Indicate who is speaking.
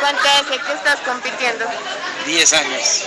Speaker 1: ¿Cuánto hace que estás compitiendo?
Speaker 2: 10 años.